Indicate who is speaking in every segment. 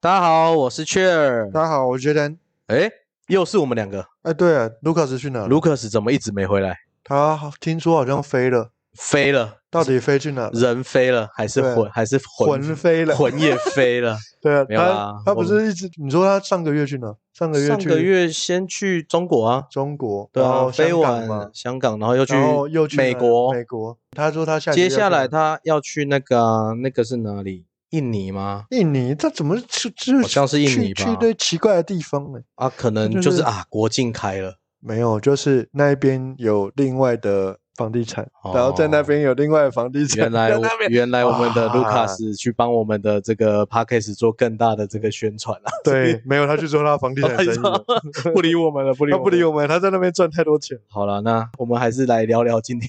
Speaker 1: 大家好，我是雀儿。
Speaker 2: 大家好，我是 Jaden。
Speaker 1: 哎，又是我们两个。
Speaker 2: 哎，对了，Lucas 去哪了？
Speaker 1: 卢克斯怎么一直没回来？
Speaker 2: 他听说好像飞了，
Speaker 1: 飞了，
Speaker 2: 到底飞去哪了？
Speaker 1: 人飞了还是
Speaker 2: 对
Speaker 1: 魂还是魂
Speaker 2: 魂飞了。
Speaker 1: 魂也飞了。
Speaker 2: 对啊，
Speaker 1: 没有啦
Speaker 2: 他他
Speaker 1: 我
Speaker 2: 不是一直你说他上个月去哪？上个 月
Speaker 1: 上
Speaker 2: 去
Speaker 1: 个月先去中国啊，
Speaker 2: 中国，
Speaker 1: 对
Speaker 2: 然
Speaker 1: 啊，
Speaker 2: 后
Speaker 1: 飞
Speaker 2: 香港
Speaker 1: 完
Speaker 2: 嘛，
Speaker 1: 香港，然后又去
Speaker 2: 然后又去
Speaker 1: 美
Speaker 2: 哪
Speaker 1: 国。
Speaker 2: 美国，他说他下
Speaker 1: 接
Speaker 2: 个月
Speaker 1: 下
Speaker 2: 要去
Speaker 1: 来
Speaker 2: 哪
Speaker 1: 他要去那个啊那个是哪里？印尼吗？
Speaker 2: 印尼，他怎么去就
Speaker 1: 好像是印
Speaker 2: 去
Speaker 1: 尼吧
Speaker 2: 去一堆奇怪的地方呢？
Speaker 1: 啊，可能
Speaker 2: 就
Speaker 1: 就是
Speaker 2: 是
Speaker 1: 啊，国境开了。
Speaker 2: 没有，就是那边有另外的房地产，然后在那
Speaker 1: 哦
Speaker 2: 边有另外的房地产，
Speaker 1: 原来
Speaker 2: 在
Speaker 1: 我
Speaker 2: 那边
Speaker 1: 原来我们的
Speaker 2: 啊
Speaker 1: 卢卡斯去帮我们的这个 podcast 做更大的这个宣传啊，
Speaker 2: 对，没有他去做他的房地产
Speaker 1: 哦
Speaker 2: 生意了，
Speaker 1: 不理我们了，不理
Speaker 2: 他
Speaker 1: 我
Speaker 2: 不
Speaker 1: 们
Speaker 2: 理我们，他在那边赚太多钱。
Speaker 1: 好了，那我们还是来聊聊今天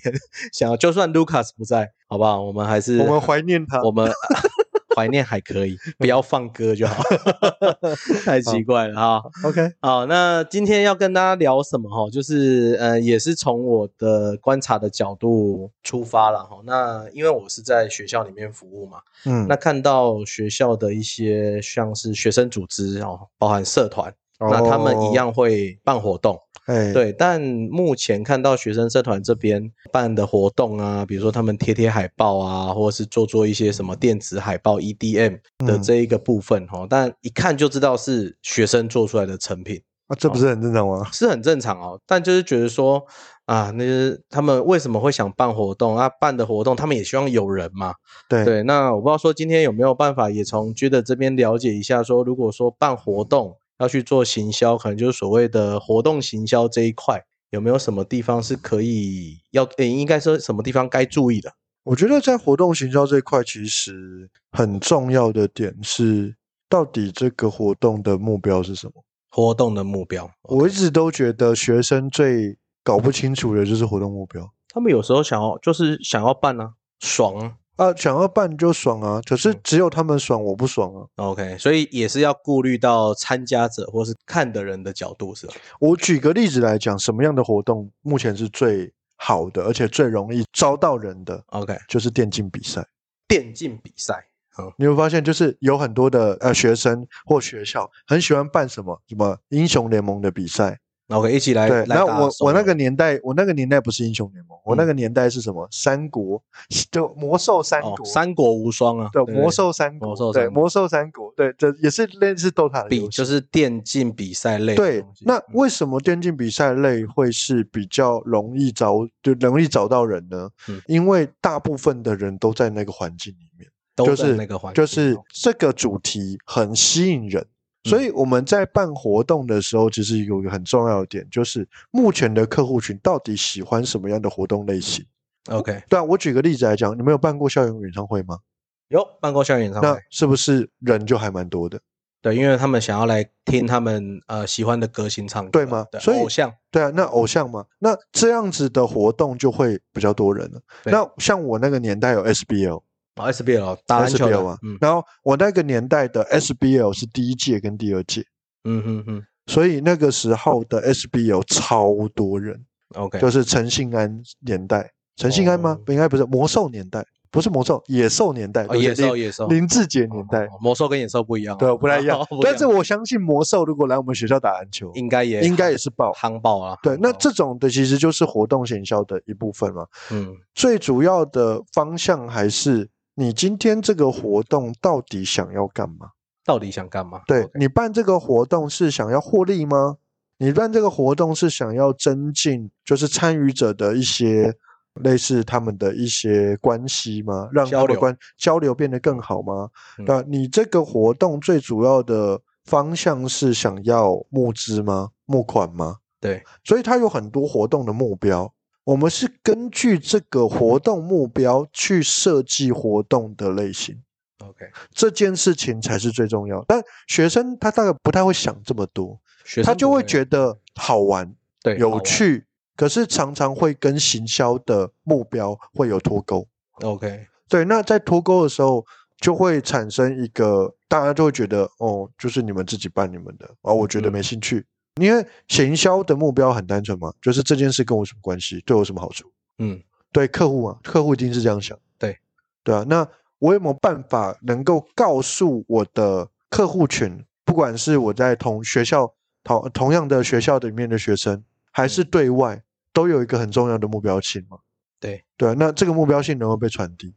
Speaker 1: 想要，就算 Lucas 不在，好不好？我们还是
Speaker 2: 我们怀念他
Speaker 1: 我们怀念还可以，不要放歌就好， 太奇怪了哈。
Speaker 2: OK，
Speaker 1: 好，那今天要跟大家聊什么哈？就是呃，也是从我的观察的角度出发了哈。那因为我是在学校里面服务嘛，
Speaker 2: 嗯
Speaker 1: 那看到学校的一些像是学生组织哦，包含社团，那他们一，
Speaker 2: 哦
Speaker 1: 样会办活动。
Speaker 2: 哎，，
Speaker 1: 对，但目前看到学生社团这边办的活动啊，比如说他们贴贴海报啊，或者是做做一些什么电子海报 EDM 的
Speaker 2: 嗯
Speaker 1: 这一个部分哦，但一看就知道是学生做出来的成品，
Speaker 2: 啊，这不是很正常 吗？
Speaker 1: 是很正常哦。但就是觉得说啊，那就是他们为什么会想办活动啊？办的活动他们也希望有人嘛，
Speaker 2: 对，
Speaker 1: 对，那我不知道说今天有没有办法也从 J 的这边了解一下，说如果说办活动要去做行销，可能就是所谓的活动行销这一块，有没有什么地方是可以要，诶，应该说什么地方该注意的？
Speaker 2: 我觉得在活动行销这一块，其实很重要的点是，到底这个活动的目标是什么？
Speaker 1: 活动的目标，
Speaker 2: 我一直都觉得学生最搞不清楚的就是活动目标
Speaker 1: 他们有时候想要就是想要办啊，爽啊
Speaker 2: 啊，想要办就爽啊，可是
Speaker 1: 嗯
Speaker 2: 只有他们爽，我不爽啊。
Speaker 1: ，OK，所以也是要顾虑到参加者或是看的人的角度，是吧？
Speaker 2: 我举个例子来讲，什么样的活动目前是最好的，而且最容易招到人的，
Speaker 1: ？OK，
Speaker 2: 就是电竞比赛。
Speaker 1: 电竞比赛，嗯
Speaker 2: 你会发现，就是有很多的呃学生或学校很喜欢办什么什么英雄联盟的比赛。
Speaker 1: 那我可以一起来
Speaker 2: 对，
Speaker 1: 来
Speaker 2: 那
Speaker 1: 打
Speaker 2: 我
Speaker 1: 手
Speaker 2: 我那
Speaker 1: 游
Speaker 2: 个年代，我那个年代不是英雄联盟，我
Speaker 1: 嗯
Speaker 2: 那个年代是什么？三国，就魔兽三
Speaker 1: 哦
Speaker 2: 国，，
Speaker 1: 三国无双啊，
Speaker 2: 对
Speaker 1: 对
Speaker 2: 魔
Speaker 1: 对
Speaker 2: 兽三
Speaker 1: 魔
Speaker 2: 国，
Speaker 1: 兽
Speaker 2: 对
Speaker 1: 三国
Speaker 2: 魔兽三国，对，这也是类似 DOTA 的
Speaker 1: 比
Speaker 2: 游戏。
Speaker 1: 就是电竞比赛类的
Speaker 2: 对
Speaker 1: 东西，
Speaker 2: 那
Speaker 1: 嗯
Speaker 2: 为什么电竞比赛类会是比较容易找就容易找到人呢？
Speaker 1: 嗯
Speaker 2: 因为大部分的人都在那个环境里面。
Speaker 1: 都
Speaker 2: 就
Speaker 1: 在
Speaker 2: 是
Speaker 1: 那个环境
Speaker 2: 就
Speaker 1: 哦，
Speaker 2: 是这个主题很吸引人，
Speaker 1: 嗯
Speaker 2: 所以我们在办活动的时候，其实有一个很重要的点，就是目前的客户群到底喜欢什么样的活动类型。
Speaker 1: OK，
Speaker 2: 对啊，我举个例子来讲，你们有办过校园演唱会吗？
Speaker 1: 有办过校园演唱
Speaker 2: 那
Speaker 1: 会，
Speaker 2: 是不是人就还蛮多的？
Speaker 1: 对，因为他们想要来听他们呃喜欢的歌星唱歌，啊
Speaker 2: 对吗所以
Speaker 1: 偶像
Speaker 2: 对啊，那偶像嘛，那这样子的活动就会比较多人了。
Speaker 1: 对
Speaker 2: 那像我那个年代有 SBL，
Speaker 1: 啊 SBL 打篮球的
Speaker 2: SBL 嘛，
Speaker 1: 嗯
Speaker 2: 然后我那个年代的 SBL 是第一届跟第二届，
Speaker 1: 嗯嗯嗯
Speaker 2: 所以那个时候的 SBL 超多人。
Speaker 1: ，OK，
Speaker 2: 就是陈信安年代，陈信安吗
Speaker 1: 哦？
Speaker 2: 不应该不是魔兽年代，不是魔兽，野兽年代，
Speaker 1: 哦
Speaker 2: 对不
Speaker 1: 野
Speaker 2: 对
Speaker 1: 兽
Speaker 2: 林
Speaker 1: 野兽
Speaker 2: 林志杰年代
Speaker 1: 哦，魔兽跟野兽不一样哦，
Speaker 2: 对，不太一样
Speaker 1: 不。
Speaker 2: 但是我相信魔兽如果来我们学校打篮球，
Speaker 1: 应该也
Speaker 2: 应该也是爆。
Speaker 1: 夯爆啊，
Speaker 2: 对
Speaker 1: 夯，
Speaker 2: 那
Speaker 1: 爆
Speaker 2: 这种的其实就是活动行销的一部分嘛。
Speaker 1: 嗯
Speaker 2: 最主要的方向还是你今天这个活动到底想要干嘛？
Speaker 1: 到底想干嘛？
Speaker 2: 对
Speaker 1: OK，
Speaker 2: 你办这个活动是想要获利吗？你办这个活动是想要增进就是参与者的一些类似他们的一些关系吗？让
Speaker 1: 交
Speaker 2: 他们
Speaker 1: 流
Speaker 2: 关交流变得更好吗？
Speaker 1: 嗯
Speaker 2: 那你这个活动最主要的方向是想要募资吗？募款吗？
Speaker 1: 对
Speaker 2: 所以它有很多活动的目标。我们是根据这个活动目标去设计活动的类型。
Speaker 1: ，OK，
Speaker 2: 这件事情才是最重要。但学生他大概不太会想这么多，
Speaker 1: 学
Speaker 2: 他
Speaker 1: 生
Speaker 2: 就
Speaker 1: 不
Speaker 2: 会觉得好玩、
Speaker 1: 对好
Speaker 2: 有
Speaker 1: 玩
Speaker 2: 趣，可是常常会跟行销的目标会有脱钩。
Speaker 1: ，OK，
Speaker 2: 对，那在脱钩的时候，就会产生一个大家就会觉得哦，就是你们自己办你们的，而、我觉得
Speaker 1: 嗯
Speaker 2: 没兴趣。因为行销的目标很单纯嘛，就是这件事跟我有什么关系，对我有什么好处？
Speaker 1: 嗯，
Speaker 2: 对客户啊，客户一定是这样想。
Speaker 1: 对，
Speaker 2: 对啊。那我有没有办法能够告诉我的客户群，不管是我在同学校同同样的学校里面的学生，还是
Speaker 1: 嗯
Speaker 2: 对外，都有一个很重要的目标性嘛。
Speaker 1: 对
Speaker 2: 对啊，那这个目标性能够被传递，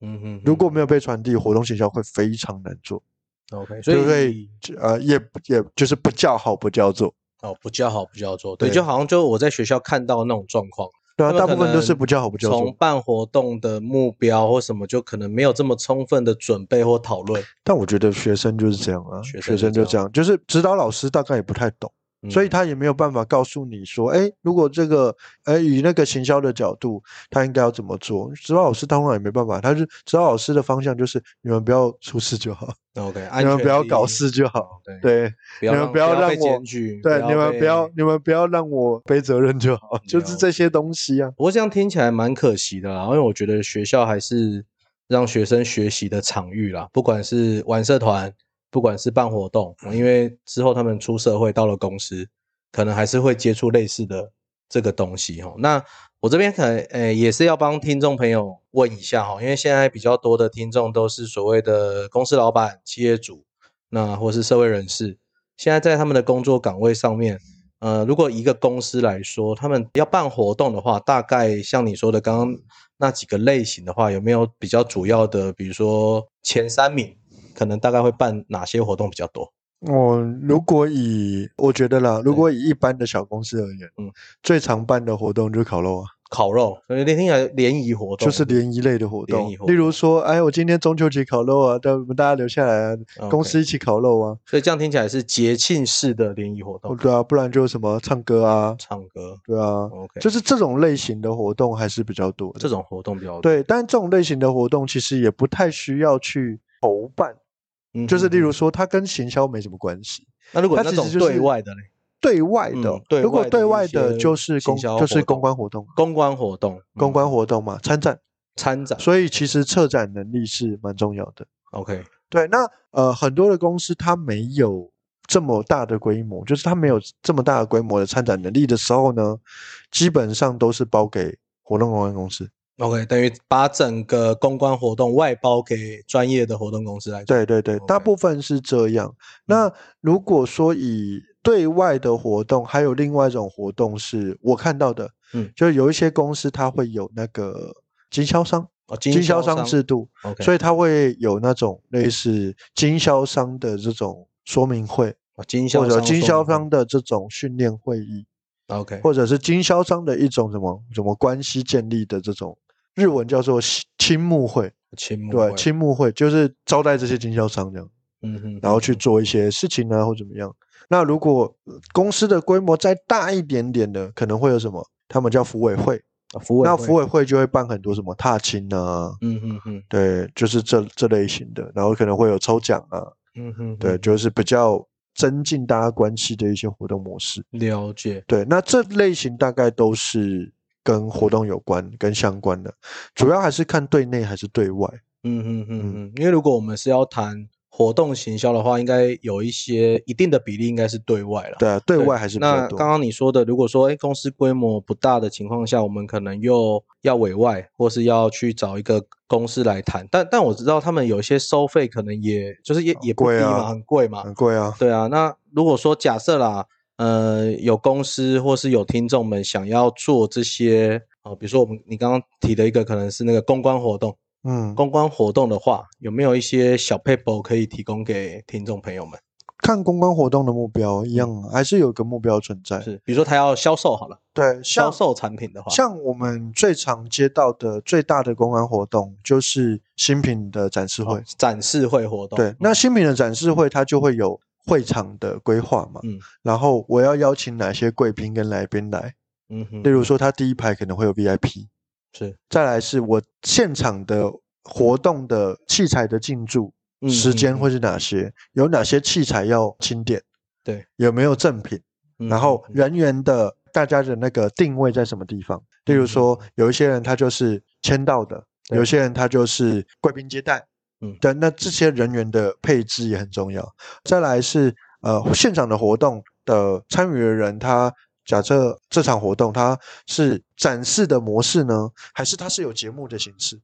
Speaker 1: 嗯哼，
Speaker 2: 如果没有被传递，活动行销会非常难做，
Speaker 1: 有 OK，所
Speaker 2: 对不
Speaker 1: 以
Speaker 2: 对？呃，也不也就是不叫好不叫座，
Speaker 1: 哦，不叫好不叫座，对，
Speaker 2: 对
Speaker 1: 就好像就我在学校看到那种状况，
Speaker 2: 对啊，
Speaker 1: 他们
Speaker 2: 大
Speaker 1: 可
Speaker 2: 部分都是
Speaker 1: 能
Speaker 2: 不叫好不叫
Speaker 1: 从
Speaker 2: 座。
Speaker 1: 办活动的目标或什么，就可能没有这么充分的准备或讨论，
Speaker 2: 但我觉得学生就是这样啊，
Speaker 1: 学
Speaker 2: 学
Speaker 1: 生就
Speaker 2: 生就
Speaker 1: 这
Speaker 2: 这样，就是指导老师大概也不太懂。所以
Speaker 1: 嗯
Speaker 2: 他也没有办法告诉你说，哎，如果这个，哎，以那个行销的角度，他应该要怎么做？指导老师当然也没办法，他是指导老师的方向就是你们不要出事就好，
Speaker 1: OK，安
Speaker 2: 你们
Speaker 1: 全
Speaker 2: 不要搞
Speaker 1: 第一
Speaker 2: 事，就好。
Speaker 1: 对，
Speaker 2: 对
Speaker 1: 不要
Speaker 2: 你们
Speaker 1: 让
Speaker 2: 不要
Speaker 1: 被
Speaker 2: 让我
Speaker 1: 检举，
Speaker 2: 对，你们不要
Speaker 1: 被。
Speaker 2: 你们不要让我背责任就好，就是这些东西啊。
Speaker 1: 不过这样听起来蛮可惜的啦，因为我觉得学校还是让学生学习的场域啦，不管是玩社团，不管是办活动，因为之后他们出社会到了公司，可能还是会接触类似的这个东西哈。那我这边可能呃也是要帮听众朋友问一下哈，因为现在比较多的听众都是所谓的公司老板、企业主，那或是社会人士，现在在他们的工作岗位上面，呃，如果一个公司来说，他们要办活动的话，大概像你说的刚刚那几个类型的话，有没有比较主要的，比如说前三名，可能大概会办哪些活动比较多？
Speaker 2: 我如果以我觉得啦，如果以一般的小公司而言，
Speaker 1: 嗯
Speaker 2: 嗯，最常办的活动就是烤肉啊。
Speaker 1: 烤肉，所以听起来联谊活动
Speaker 2: 就是联谊类的活
Speaker 1: 联
Speaker 2: 动
Speaker 1: 谊活，
Speaker 2: 例如说，哎，我今天中秋节烤肉啊，但我们大家留下来啊，公，司
Speaker 1: 哦 OK
Speaker 2: 一起烤肉啊，
Speaker 1: 所以这样听起来是节庆式的联谊活动，
Speaker 2: 对啊，不然就什么唱歌啊，
Speaker 1: 唱歌
Speaker 2: 对啊，
Speaker 1: ，OK，
Speaker 2: 就是这种类型的活动还是比较多的。
Speaker 1: 这种活动比较多，
Speaker 2: 对，但这种类型的活动其实也不太需要去筹办，
Speaker 1: 嗯哼
Speaker 2: 就是例如
Speaker 1: 哼
Speaker 2: 说，它跟行销没什么关系。
Speaker 1: 那如果
Speaker 2: 它
Speaker 1: 那
Speaker 2: 其实
Speaker 1: 种
Speaker 2: 就
Speaker 1: 对
Speaker 2: 是
Speaker 1: 外的嘞，
Speaker 2: 对外的，
Speaker 1: 嗯对
Speaker 2: 如果
Speaker 1: 外的
Speaker 2: 对
Speaker 1: 一
Speaker 2: 外
Speaker 1: 些
Speaker 2: 的就是
Speaker 1: 行
Speaker 2: 公
Speaker 1: 销
Speaker 2: 就
Speaker 1: 活
Speaker 2: 是公
Speaker 1: 动
Speaker 2: 关活动，
Speaker 1: 公关活动，
Speaker 2: 公关
Speaker 1: 嗯
Speaker 2: 活动嘛，参展，
Speaker 1: 参展
Speaker 2: 所以其实策展能力是蛮重要的。
Speaker 1: ，OK，
Speaker 2: 对，那呃，很多的公司它没有这么大的规模，就是它没有这么大的规模的参展能力的时候呢，基本上都是包给活动公关公司。
Speaker 1: OK，等于把整个公关活动外包给专业的活动公司来做。
Speaker 2: 对对对，大
Speaker 1: OK 嗯
Speaker 2: 部分是这样。那如果说以对外的活动，还有另外一种活动是我看到的，
Speaker 1: 嗯
Speaker 2: 就是有一些公司它会有那个经销商，
Speaker 1: 哦，经
Speaker 2: 经
Speaker 1: 销
Speaker 2: 销商制度，
Speaker 1: OK，以
Speaker 2: 所以它会有那种类似经销商的这种说明会。
Speaker 1: 哦经
Speaker 2: 或
Speaker 1: 销
Speaker 2: 者
Speaker 1: 商
Speaker 2: 经
Speaker 1: 说
Speaker 2: 销
Speaker 1: 明
Speaker 2: 商的这种训练会议，
Speaker 1: OK
Speaker 2: 或者是经销商的一种什么什么关系建立的这种，日文叫做亲青木会，
Speaker 1: 青木
Speaker 2: 对，
Speaker 1: 会
Speaker 2: 青木会就是招待这些经销商这样，
Speaker 1: 嗯哼，
Speaker 2: 然后去做一些事情啊或怎么样。那如果呃公司的规模再大一点点的，可能会有什么？他们叫服委会，
Speaker 1: 啊服委
Speaker 2: 那
Speaker 1: 会
Speaker 2: 服委会就会办很多什么踏青啊，
Speaker 1: 嗯哼哼
Speaker 2: 对，就是这这类型的，然后可能会有抽奖啊，
Speaker 1: 嗯哼，
Speaker 2: 对，
Speaker 1: 哼
Speaker 2: 就是比较增进大家关系的一些活动模式。
Speaker 1: 了解
Speaker 2: 对，那这类型大概都是跟活动有关、跟相关的，主要还是看对内还是对外。
Speaker 1: 嗯哼哼哼，因为如果我们是要谈活动行销的话，应该有一些一定的比例应该是对外了。
Speaker 2: 对啊，对外还是比
Speaker 1: 那
Speaker 2: 较
Speaker 1: 刚
Speaker 2: 多。
Speaker 1: 刚你说的，如果说哎公司规模不大的情况下，我们可能又要委外，或是要去找一个公司来谈。但但我知道他们有一些收费可能也就是也也不低
Speaker 2: 贵啊
Speaker 1: 嘛，很贵嘛。
Speaker 2: 很贵啊，
Speaker 1: 对啊，那如果说假设啦，呃，有公司或是有听众们想要做这些啊、呃比如说我们你刚刚提的一个可能是那个公关活动，
Speaker 2: 嗯，
Speaker 1: 公关活动的话，有没有一些小 paper 可以提供给听众朋友们？
Speaker 2: 看公关活动的目标一样啊，还是有个目标存在。
Speaker 1: 是，比如说他要销售好了，
Speaker 2: 对，
Speaker 1: 销
Speaker 2: 像
Speaker 1: 售产品的话，
Speaker 2: 像我们最常接到的最大的公关活动就是新品的展示会。
Speaker 1: 哦展示会活动。嗯
Speaker 2: 对，那新品的展示会它就会有会场的规划嘛，
Speaker 1: 嗯
Speaker 2: 然后我要邀请哪些贵宾跟来宾来，
Speaker 1: 嗯哼，
Speaker 2: 例如说它第一排可能会有 VIP，
Speaker 1: 是
Speaker 2: 再来是我现场的活动的器材的进
Speaker 1: 嗯
Speaker 2: 驻、时间
Speaker 1: 嗯
Speaker 2: 会是哪些，有哪些器材要清点，
Speaker 1: 对，
Speaker 2: 有没有赠品，
Speaker 1: 嗯
Speaker 2: 然后
Speaker 1: 嗯嗯
Speaker 2: 人员的大家的那个定位在什么地方？例如说，有一些人他就是签到的，
Speaker 1: 嗯对
Speaker 2: 有些人他就是贵宾接待，
Speaker 1: 嗯
Speaker 2: 对，那这些人员的配置也很重要。再来是呃，现场的活动的参与的人，他假设这场活动他是展示的模式呢，还是它是有节目的形式？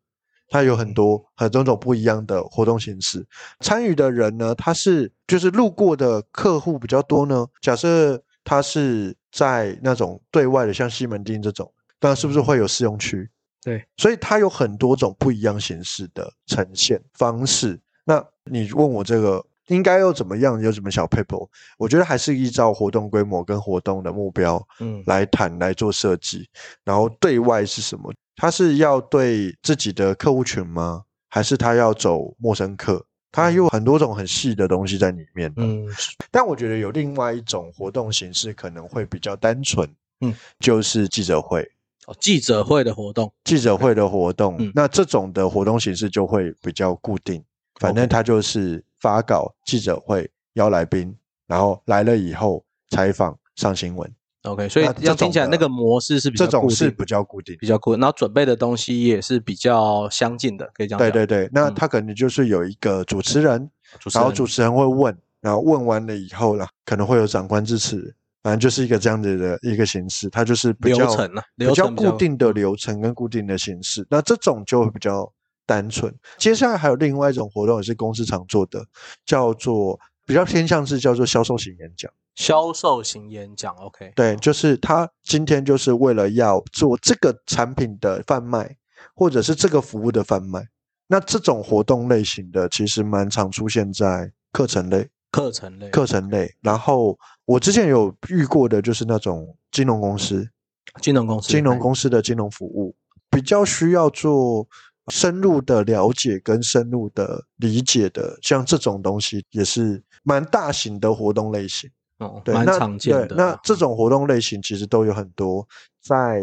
Speaker 2: 它有很多很多种不一样的活动形式。参与的人呢，他是就是路过的客户比较多呢。假设他是在那种对外的，像西门町这种，那是不是会有试用区？
Speaker 1: 对，
Speaker 2: 所以它有很多种不一样形式的呈现方式。那你问我这个应该要怎么样，有什么小 paper？我觉得还是依照活动规模跟活动的目标
Speaker 1: 嗯，
Speaker 2: 来谈来做设计。然后对外是什么？他是要对自己的客户群吗？还是他要走陌生客？他有很多种很细的东西在里面。
Speaker 1: 嗯，
Speaker 2: 但我觉得有另外一种活动形式可能会比较单纯，
Speaker 1: 嗯，
Speaker 2: 就是记者会。
Speaker 1: 哦记者会的活动，
Speaker 2: 记者会的活动，
Speaker 1: 嗯
Speaker 2: 那这种的活动形式就会比较固定，反正它就是发稿、记者会、邀来宾，然后来了以后采访、上新闻，
Speaker 1: OK，所以
Speaker 2: 那
Speaker 1: 这样
Speaker 2: 这种
Speaker 1: 听起来
Speaker 2: 的
Speaker 1: 那个模式是比较
Speaker 2: 这种
Speaker 1: 固
Speaker 2: 是
Speaker 1: 定
Speaker 2: 比较固定。
Speaker 1: 比较酷，然后准备的东西也是比较相近的，可以这样
Speaker 2: 对
Speaker 1: 讲。
Speaker 2: 对对，那
Speaker 1: 嗯
Speaker 2: 他可能就是有一个主持人，
Speaker 1: 主持
Speaker 2: 然
Speaker 1: 人，
Speaker 2: 后主持人会问，然后问完了以后呢，可能会有长官致辞，反正就是一个这样子的一个形式，它就是比
Speaker 1: 流
Speaker 2: 较
Speaker 1: 程啊，
Speaker 2: 比
Speaker 1: 流
Speaker 2: 较
Speaker 1: 程
Speaker 2: 固定的流程跟固定的形式，那这种就会比较单纯。接下来还有另外一种活动也是公司常做的，叫做比较偏向是叫做销售型演讲。
Speaker 1: 销售型演讲，OK，
Speaker 2: 对，就是他今天就是为了要做这个产品的贩卖，或者是这个服务的贩卖。那这种活动类型的其实蛮常出现在课程类，
Speaker 1: 课程类，
Speaker 2: 课程类。然后我之前有遇过的就是那种金融公司，
Speaker 1: 金融公司，
Speaker 2: 金融公司的金融服务，比较需要做深入的了解跟深入的理解的，像这种东西也是蛮大型的活动类型。
Speaker 1: 哦，
Speaker 2: 对，
Speaker 1: 蛮
Speaker 2: 那
Speaker 1: 常见的
Speaker 2: 对，
Speaker 1: 啊。
Speaker 2: 那这种活动类型其实都有很多在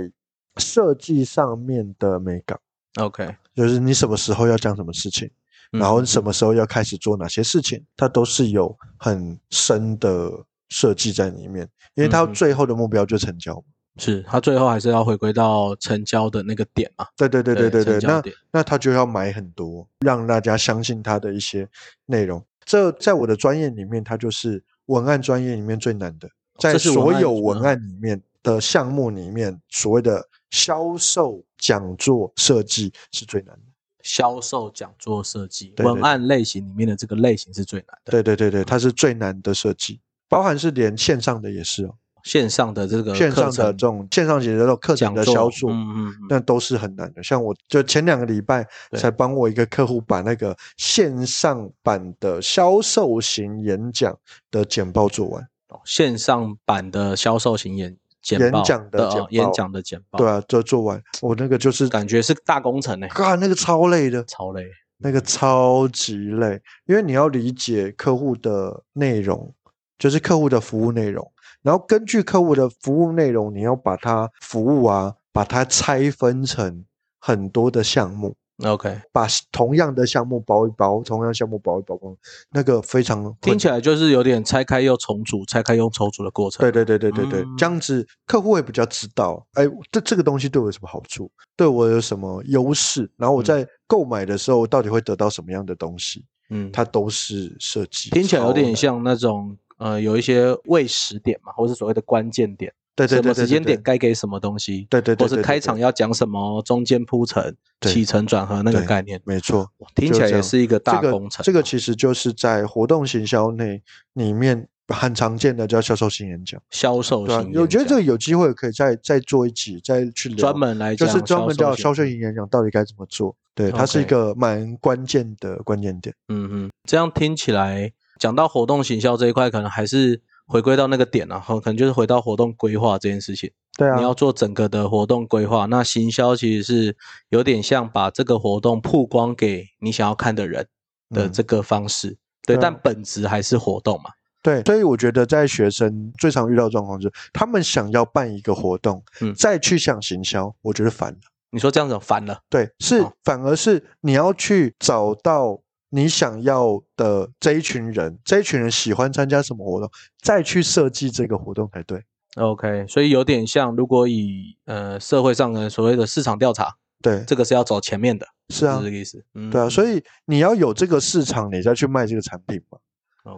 Speaker 2: 设计上面的美感，
Speaker 1: 啊 OK，嗯
Speaker 2: 就是你什么时候要讲什么事情，然后什么时候要开始做哪些事情，它都是有很深的设计在里面，因为它
Speaker 1: 嗯哼
Speaker 2: 最后的目标就成交嘛。
Speaker 1: 嗯是他最后还是要回归到成交的那个点嘛？
Speaker 2: 对对对对对对，
Speaker 1: 成交
Speaker 2: 那
Speaker 1: 点
Speaker 2: 那他就要买很多，让大家相信他的一些内容。这在我的专业里面，它就是文案专业里面最难的，在
Speaker 1: 哦这是文
Speaker 2: 所
Speaker 1: 案
Speaker 2: 有
Speaker 1: 嗯
Speaker 2: 文案里面的项目里面，所谓的销售、讲座、设计是最难的。
Speaker 1: 销售讲座设计
Speaker 2: 对对
Speaker 1: 文案类型里面的这个类型是最难的，
Speaker 2: 对对对对，它是最难的设计，包含是连线上的也是哦，
Speaker 1: 线上的这个
Speaker 2: 线上
Speaker 1: 呃课
Speaker 2: 的
Speaker 1: 程
Speaker 2: 这种线上型的这种课程
Speaker 1: 讲
Speaker 2: 的
Speaker 1: 座
Speaker 2: 销售，
Speaker 1: 嗯嗯嗯，
Speaker 2: 那都是很难的。像我就前两个礼拜
Speaker 1: 对
Speaker 2: 才帮我一个客户把那个线上版的销售型演讲的简报做完，
Speaker 1: 哦线上版的销售型演
Speaker 2: 演
Speaker 1: 简报
Speaker 2: 讲的
Speaker 1: 的
Speaker 2: 简
Speaker 1: 哦演
Speaker 2: 报
Speaker 1: 讲的简报，
Speaker 2: 对啊，就做完。我那个就是，
Speaker 1: 感觉是大工程呢、
Speaker 2: 啊，那个超累的，
Speaker 1: 超累。
Speaker 2: 那个超级累，因为你要理解客户的内容，就是客户的服务内容，然后根据客户的服务内容，你要把它服务啊，把它拆分成很多的项目。
Speaker 1: OK，
Speaker 2: 把同样的项目包一包，同样项目包一包光，那个非常困
Speaker 1: 听起
Speaker 2: 难。
Speaker 1: 来就是有点拆开又重组，拆开又重组的过程。
Speaker 2: 对对对对对对，
Speaker 1: 嗯
Speaker 2: 这样子客户会比较知道，哎，这这个东西对我有什么好处，对我有什么优势，然后我
Speaker 1: 嗯
Speaker 2: 在购买的时候到底会得到什么样的东西，
Speaker 1: 嗯，
Speaker 2: 它都是设计。
Speaker 1: 听起来有点
Speaker 2: 超
Speaker 1: 像那种呃，有一些喂食点嘛，或是所谓的关键点，
Speaker 2: 难，对对
Speaker 1: 什
Speaker 2: 对
Speaker 1: 么
Speaker 2: 对，
Speaker 1: 时间
Speaker 2: 对
Speaker 1: 点，该给什么东西，
Speaker 2: 对对对，
Speaker 1: 或
Speaker 2: 对
Speaker 1: 是开场，要讲什么，中间铺陈、
Speaker 2: 对
Speaker 1: 起承转合那个
Speaker 2: 对
Speaker 1: 概念
Speaker 2: 对，对没错，
Speaker 1: 哇听
Speaker 2: 就
Speaker 1: 起来
Speaker 2: 这
Speaker 1: 也
Speaker 2: 样
Speaker 1: 是一个大
Speaker 2: 这个
Speaker 1: 工程。啊
Speaker 2: 这个其实就是在活动行销内里面很常见的叫销售型演讲。
Speaker 1: 销售
Speaker 2: 对、啊
Speaker 1: 型，，
Speaker 2: 我觉得这
Speaker 1: 个
Speaker 2: 个有机会可以再再做一集，再去聊
Speaker 1: 专门来
Speaker 2: 就
Speaker 1: 讲
Speaker 2: 是专门叫
Speaker 1: 型
Speaker 2: 销售型演讲到底该怎么做。对，它是一
Speaker 1: OK
Speaker 2: 个蛮关键的关键点。
Speaker 1: 嗯哼，这样听起来，讲到活动行销这一块，可能还是回归到那个点啊，可能就是回到活动规划这件事情。
Speaker 2: 对啊
Speaker 1: 你，要做整个的活动规划，那行销其实是有点像把这个活动曝光给你想要看的人的
Speaker 2: 嗯
Speaker 1: 这个方式。对，
Speaker 2: 对啊
Speaker 1: 但本质还是活动嘛。
Speaker 2: 对，所以我觉得在学生最常遇到的状况就是，他们想要办一个活动，
Speaker 1: 嗯
Speaker 2: 再去想行销，我觉得烦了。
Speaker 1: 你说这样子烦了，
Speaker 2: 对，是、
Speaker 1: 哦
Speaker 2: 反而是你要去找到你想要的这一群人，这一群人喜欢参加什么活动，再去设计这个活动才对。
Speaker 1: ，OK，所以有点像，如果以呃社会上的所谓的市场调查，
Speaker 2: 对，
Speaker 1: 这个是要走前面的，
Speaker 2: 是啊
Speaker 1: 是，这个意思。嗯，
Speaker 2: 对啊，所
Speaker 1: 以
Speaker 2: 以你要有这个市场，你再去卖这个产品嘛，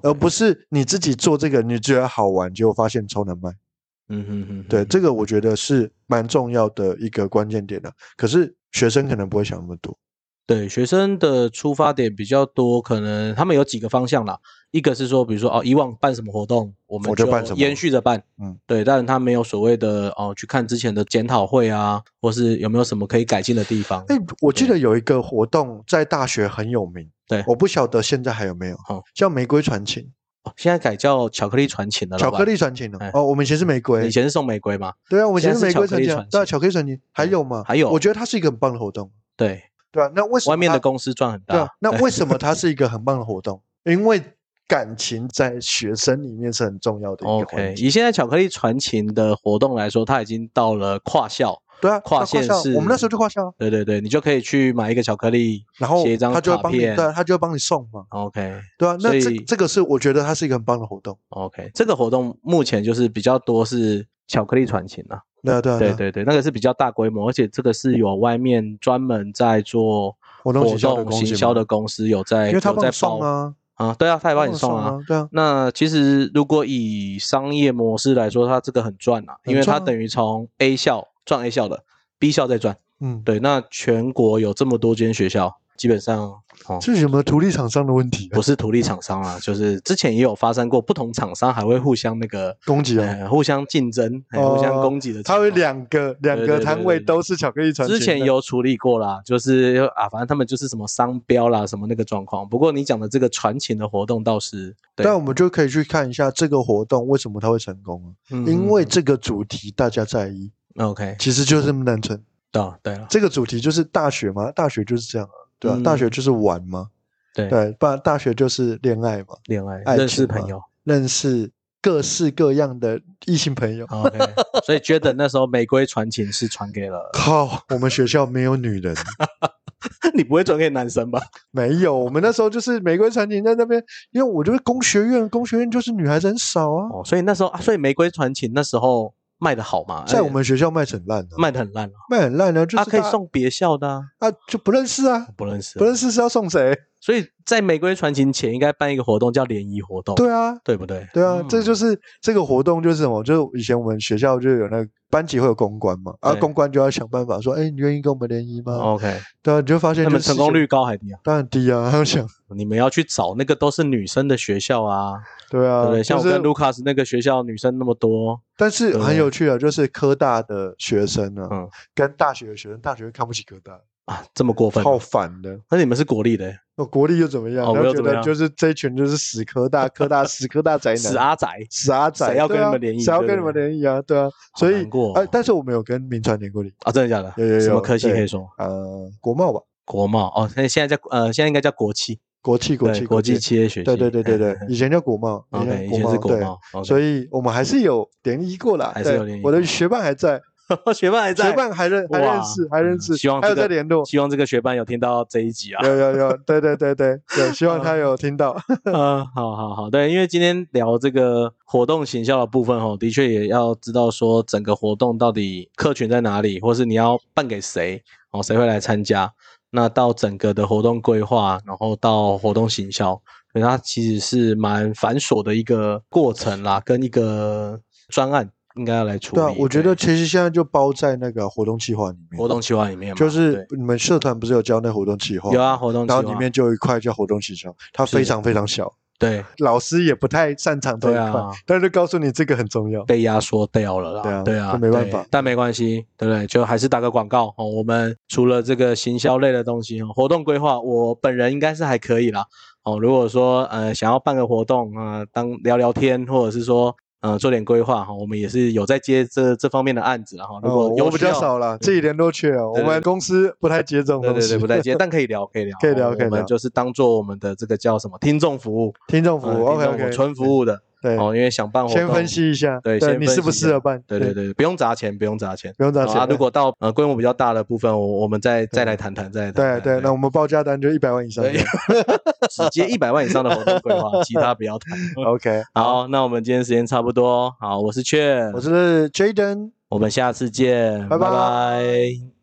Speaker 2: 而不是你自己做这个，你觉得好玩，结果发现超难卖。
Speaker 1: 嗯哼哼，
Speaker 2: 对，
Speaker 1: 哼
Speaker 2: 这个我啊觉得是蛮重要的一个关键点的、可是学生可能不会想那么多，
Speaker 1: 对学生的出发点比较多，可能他们有几个方向啦。一个是说，比如说哦，以往办什么活动，我们
Speaker 2: 我就办什么
Speaker 1: 延续着办，
Speaker 2: 嗯，
Speaker 1: 对。但是他没有所谓的哦，去看之前的检讨会啊，或是有没有什么可以改进的地方。
Speaker 2: 哎，我记
Speaker 1: 对
Speaker 2: 得有一个活动在大学很有名，
Speaker 1: 对
Speaker 2: 我不晓得现在还有没有，
Speaker 1: 好
Speaker 2: 叫玫瑰传情，
Speaker 1: 哦现在改叫巧克力传情了，
Speaker 2: 巧
Speaker 1: 老板
Speaker 2: 克力传情呢
Speaker 1: 哎？
Speaker 2: 哦，我们以前是玫瑰
Speaker 1: 以，前是送玫瑰嘛，
Speaker 2: 对啊，我们以前
Speaker 1: 现在
Speaker 2: 是
Speaker 1: 是
Speaker 2: 玫瑰
Speaker 1: 巧克
Speaker 2: 传
Speaker 1: 力
Speaker 2: 情啊
Speaker 1: 传，情
Speaker 2: 对啊，
Speaker 1: 哎
Speaker 2: 巧克力传情还有吗？
Speaker 1: 还有
Speaker 2: 我觉得它是一个很棒的活动，
Speaker 1: 对，
Speaker 2: 对啊，那为什么
Speaker 1: 外面
Speaker 2: 它
Speaker 1: 的公司赚很大，
Speaker 2: 对啊，那为 什么它是一个很棒的活动？因为感情在学生里面是很重要的一个
Speaker 1: OK，
Speaker 2: 环节。
Speaker 1: 以现在巧克力传情的活动来说，它已经到了跨校，
Speaker 2: 对啊，
Speaker 1: 跨
Speaker 2: 那
Speaker 1: 县
Speaker 2: 校
Speaker 1: 市
Speaker 2: 我们那时候就跨校啊，
Speaker 1: 对对对，你就可以去买一个巧克力，
Speaker 2: 然后
Speaker 1: 写一张
Speaker 2: 他就会
Speaker 1: 卡
Speaker 2: 帮你，
Speaker 1: 片
Speaker 2: 对啊，他就会帮你送嘛，
Speaker 1: OK
Speaker 2: 对啊。那
Speaker 1: 所
Speaker 2: 这
Speaker 1: 以
Speaker 2: 这个是我觉得它是一个很棒的活动，
Speaker 1: OK，这个活动目前就是比较多是巧克力传情啊，
Speaker 2: 对啊，对啊，
Speaker 1: 对
Speaker 2: 啊
Speaker 1: 对对，那个是比较大规模，而且这个是有外面专门在做
Speaker 2: 活动行销的
Speaker 1: 活
Speaker 2: 公司
Speaker 1: 行
Speaker 2: 嘛
Speaker 1: 销的公司有在，
Speaker 2: 因为他
Speaker 1: 有
Speaker 2: 帮
Speaker 1: 在
Speaker 2: 你送
Speaker 1: 包
Speaker 2: 啊，
Speaker 1: 啊，对啊，他也
Speaker 2: 他
Speaker 1: 帮你送啊，
Speaker 2: 啊，对啊，
Speaker 1: 那其实如果以商业模式来说，它这个很赚啊，因为
Speaker 2: 很赚
Speaker 1: 它
Speaker 2: 啊
Speaker 1: 等于从 A 校赚 A 校的，B 校再赚。
Speaker 2: 嗯，
Speaker 1: 对，那全国有这么多间学校，基本上哦，
Speaker 2: 这是什么土地厂商的问题啊
Speaker 1: 不？是独立厂商啊，就是之前也有发生过，不同厂商还会互相那个
Speaker 2: 攻击哦，
Speaker 1: 呃互相竞争、哎互相
Speaker 2: 哦
Speaker 1: 攻击的情
Speaker 2: 他
Speaker 1: 况。
Speaker 2: 会两个两
Speaker 1: 对
Speaker 2: 个
Speaker 1: 对
Speaker 2: 摊位
Speaker 1: 对
Speaker 2: 都是巧克力传情的，
Speaker 1: 之前有处理过啦，就是啊，反正他们就是什么商标啦，什么那个状况。不过你讲的这个传情的活动倒是，对，
Speaker 2: 但我们就可以去看一下这个活动为什么它会成功啊？
Speaker 1: 嗯
Speaker 2: 因为这个主题大家在意，
Speaker 1: OK，
Speaker 2: 其实就是这么单纯。
Speaker 1: 对啊对了，
Speaker 2: 这个主题就是大学嘛，大学就是这样啊，对吧、
Speaker 1: 嗯
Speaker 2: 大学就是玩嘛，
Speaker 1: 对
Speaker 2: 对，不然大学就是恋爱嘛，
Speaker 1: 恋爱
Speaker 2: 爱
Speaker 1: 认识
Speaker 2: 情
Speaker 1: 朋
Speaker 2: 嘛
Speaker 1: 友。
Speaker 2: 认识各式各样的异性朋友。
Speaker 1: OK，所以觉得那时候《玫瑰传情》是传给 了
Speaker 2: 靠，我们学校没有女人，
Speaker 1: 你，不会传给男生吧？
Speaker 2: 没有。我们那时候就是玫瑰传情在那边，因为我就是工学院，工学院就是女孩子很少啊，
Speaker 1: 哦，所以那时候啊，所以《玫瑰传情》那时候卖的好嘛，
Speaker 2: 在我
Speaker 1: 哎
Speaker 2: 们学校卖得很烂的、
Speaker 1: 卖的很烂啊，
Speaker 2: 卖很烂的、就是
Speaker 1: 啊，可以
Speaker 2: 大
Speaker 1: 送别校的啊，
Speaker 2: 啊，就不认识啊，
Speaker 1: 不认识啊，
Speaker 2: 不认识是要送谁？
Speaker 1: 所以在《玫瑰传情》前应该办一个活动叫联谊活动，
Speaker 2: 对啊，
Speaker 1: 对不对？
Speaker 2: 对啊，
Speaker 1: 嗯
Speaker 2: 这就是这个活动就是什么？就是以前我们学校就有那个班级会有公关嘛，啊，
Speaker 1: 对
Speaker 2: 公关就要想办法说，哎，你愿意跟我们联谊吗？
Speaker 1: 嗯 OK，
Speaker 2: 对啊，你就发现
Speaker 1: 那
Speaker 2: 就
Speaker 1: 么
Speaker 2: 是
Speaker 1: 成功率高还低啊？
Speaker 2: 当然低啊，他们想，
Speaker 1: 你们要去找那个都是女生的学校啊，
Speaker 2: 对
Speaker 1: 对
Speaker 2: 啊，
Speaker 1: 不对？像我跟
Speaker 2: 就是，
Speaker 1: 卢卡斯那个学校女生那么多，
Speaker 2: 但是
Speaker 1: 对
Speaker 2: 很有趣啊，就是科大的学生啊，
Speaker 1: 嗯
Speaker 2: 跟大学的学生，大学看不起科大，
Speaker 1: 啊，这么过分啊，
Speaker 2: 超烦的。
Speaker 1: 那你们是国立的，
Speaker 2: 那国力又怎么样？
Speaker 1: 哦我
Speaker 2: 然后
Speaker 1: 又
Speaker 2: 觉
Speaker 1: 怎么
Speaker 2: 得
Speaker 1: 样
Speaker 2: 就是这一群就是死科大，科 大死科大宅男，
Speaker 1: 死阿仔，
Speaker 2: 死阿仔，
Speaker 1: 谁要跟
Speaker 2: 对啊
Speaker 1: 你们联谊
Speaker 2: 谁要
Speaker 1: 对
Speaker 2: 跟你
Speaker 1: 不
Speaker 2: 们
Speaker 1: 对
Speaker 2: 联谊啊？对啊，所以
Speaker 1: 难过哦
Speaker 2: 哎，但是我们有跟民传联过谊，
Speaker 1: 啊，真的假的？
Speaker 2: 有有有
Speaker 1: 什么科系
Speaker 2: 对
Speaker 1: 可以说？
Speaker 2: 呃，国贸吧。
Speaker 1: 国贸哦，现在现在叫呃，现在应该叫国企，
Speaker 2: 国企，国
Speaker 1: 对
Speaker 2: 企，
Speaker 1: 国际企业学嗯系，
Speaker 2: 对对对对对，以前叫国贸，
Speaker 1: o
Speaker 2: 前
Speaker 1: k 以
Speaker 2: 国
Speaker 1: 前是
Speaker 2: 贸，
Speaker 1: 国
Speaker 2: 对，
Speaker 1: 贸，OK，
Speaker 2: 所以我们还是有联谊过啦，
Speaker 1: 还是
Speaker 2: 对
Speaker 1: 有联谊
Speaker 2: 我的
Speaker 1: 过
Speaker 2: 学伴还在，
Speaker 1: 学伴还在，
Speaker 2: 学伴还认还
Speaker 1: 哇
Speaker 2: 认识，还认
Speaker 1: 嗯
Speaker 2: 识，
Speaker 1: 希望
Speaker 2: 还有
Speaker 1: 这个
Speaker 2: 在联络，
Speaker 1: 希望这个学伴有听到这一集啊，
Speaker 2: 有有有，对对对对对，希望他有听到，
Speaker 1: 嗯，好好好，对，因为今天聊这个活动行销的部分哦，的确也要知道说整个活动到底客群在哪里，或是你要办给谁哦，谁会来参加，那到整个的活动规划，然后到活动行销，所以它其实是蛮繁琐的一个过程啦，跟一个专案应该要来处理。
Speaker 2: 对啊，我觉得其实现在就包在那个活动计划里面，
Speaker 1: 活动企划里面嘛
Speaker 2: 就是你们社团不是有教那活动计划
Speaker 1: 对，有啊，活动计
Speaker 2: 然
Speaker 1: 划
Speaker 2: 后里面就有一块叫活动行销，它非
Speaker 1: 是
Speaker 2: 常非常小，
Speaker 1: 对
Speaker 2: 老师也不太擅长这
Speaker 1: 对
Speaker 2: 一块
Speaker 1: 啊，
Speaker 2: 但是告诉你这个很重要，
Speaker 1: 被压缩掉了啦，
Speaker 2: 对啊
Speaker 1: 对啊，
Speaker 2: 这没办法
Speaker 1: 对但没关系，对不对？就还是打个广告哦。我们除了这个行销类的东西哦，活动规划，我本人应该是还可以啦。哦，如果说呃想要办个活动，呃，当聊聊天，或者是说呃做点规划哈、哦，我们也是有在接这这方面的案子然后、如
Speaker 2: 哦
Speaker 1: 果有
Speaker 2: 我比较
Speaker 1: 需要
Speaker 2: 少了，自己联络去啊。我
Speaker 1: 对对
Speaker 2: 们公司不太接这种
Speaker 1: 对
Speaker 2: 东
Speaker 1: 对
Speaker 2: 西，
Speaker 1: 对，不再接， 但可以聊，可以聊，
Speaker 2: 可以聊
Speaker 1: 哦
Speaker 2: 可以
Speaker 1: 我们
Speaker 2: 聊
Speaker 1: 就是当做我们的这个叫什么听众服务，
Speaker 2: 听众服务
Speaker 1: 呃
Speaker 2: ，OK
Speaker 1: 听众
Speaker 2: OK，
Speaker 1: 纯服务的
Speaker 2: 对，
Speaker 1: 哦，因为想办活动，
Speaker 2: 先分析一下，
Speaker 1: 对先
Speaker 2: 你
Speaker 1: 分
Speaker 2: 适不
Speaker 1: 析一
Speaker 2: 适
Speaker 1: 下
Speaker 2: 合办？
Speaker 1: 对对，对，不用砸钱，不用砸钱。
Speaker 2: 不用砸
Speaker 1: 啊，
Speaker 2: 钱。
Speaker 1: 如果到呃规模比较大的部分，我我们再再
Speaker 2: 对
Speaker 1: 来谈谈，再来
Speaker 2: 对
Speaker 1: 谈谈。
Speaker 2: 对，那我们报价单就一百万以上
Speaker 1: 对 只接一百万以上的活动规划，其他不要谈。
Speaker 2: ，OK。
Speaker 1: 好，那我们今天时间差不多。好，我是雀，
Speaker 2: 我是 Jaden。
Speaker 1: 我们下次见，
Speaker 2: 拜拜
Speaker 1: 拜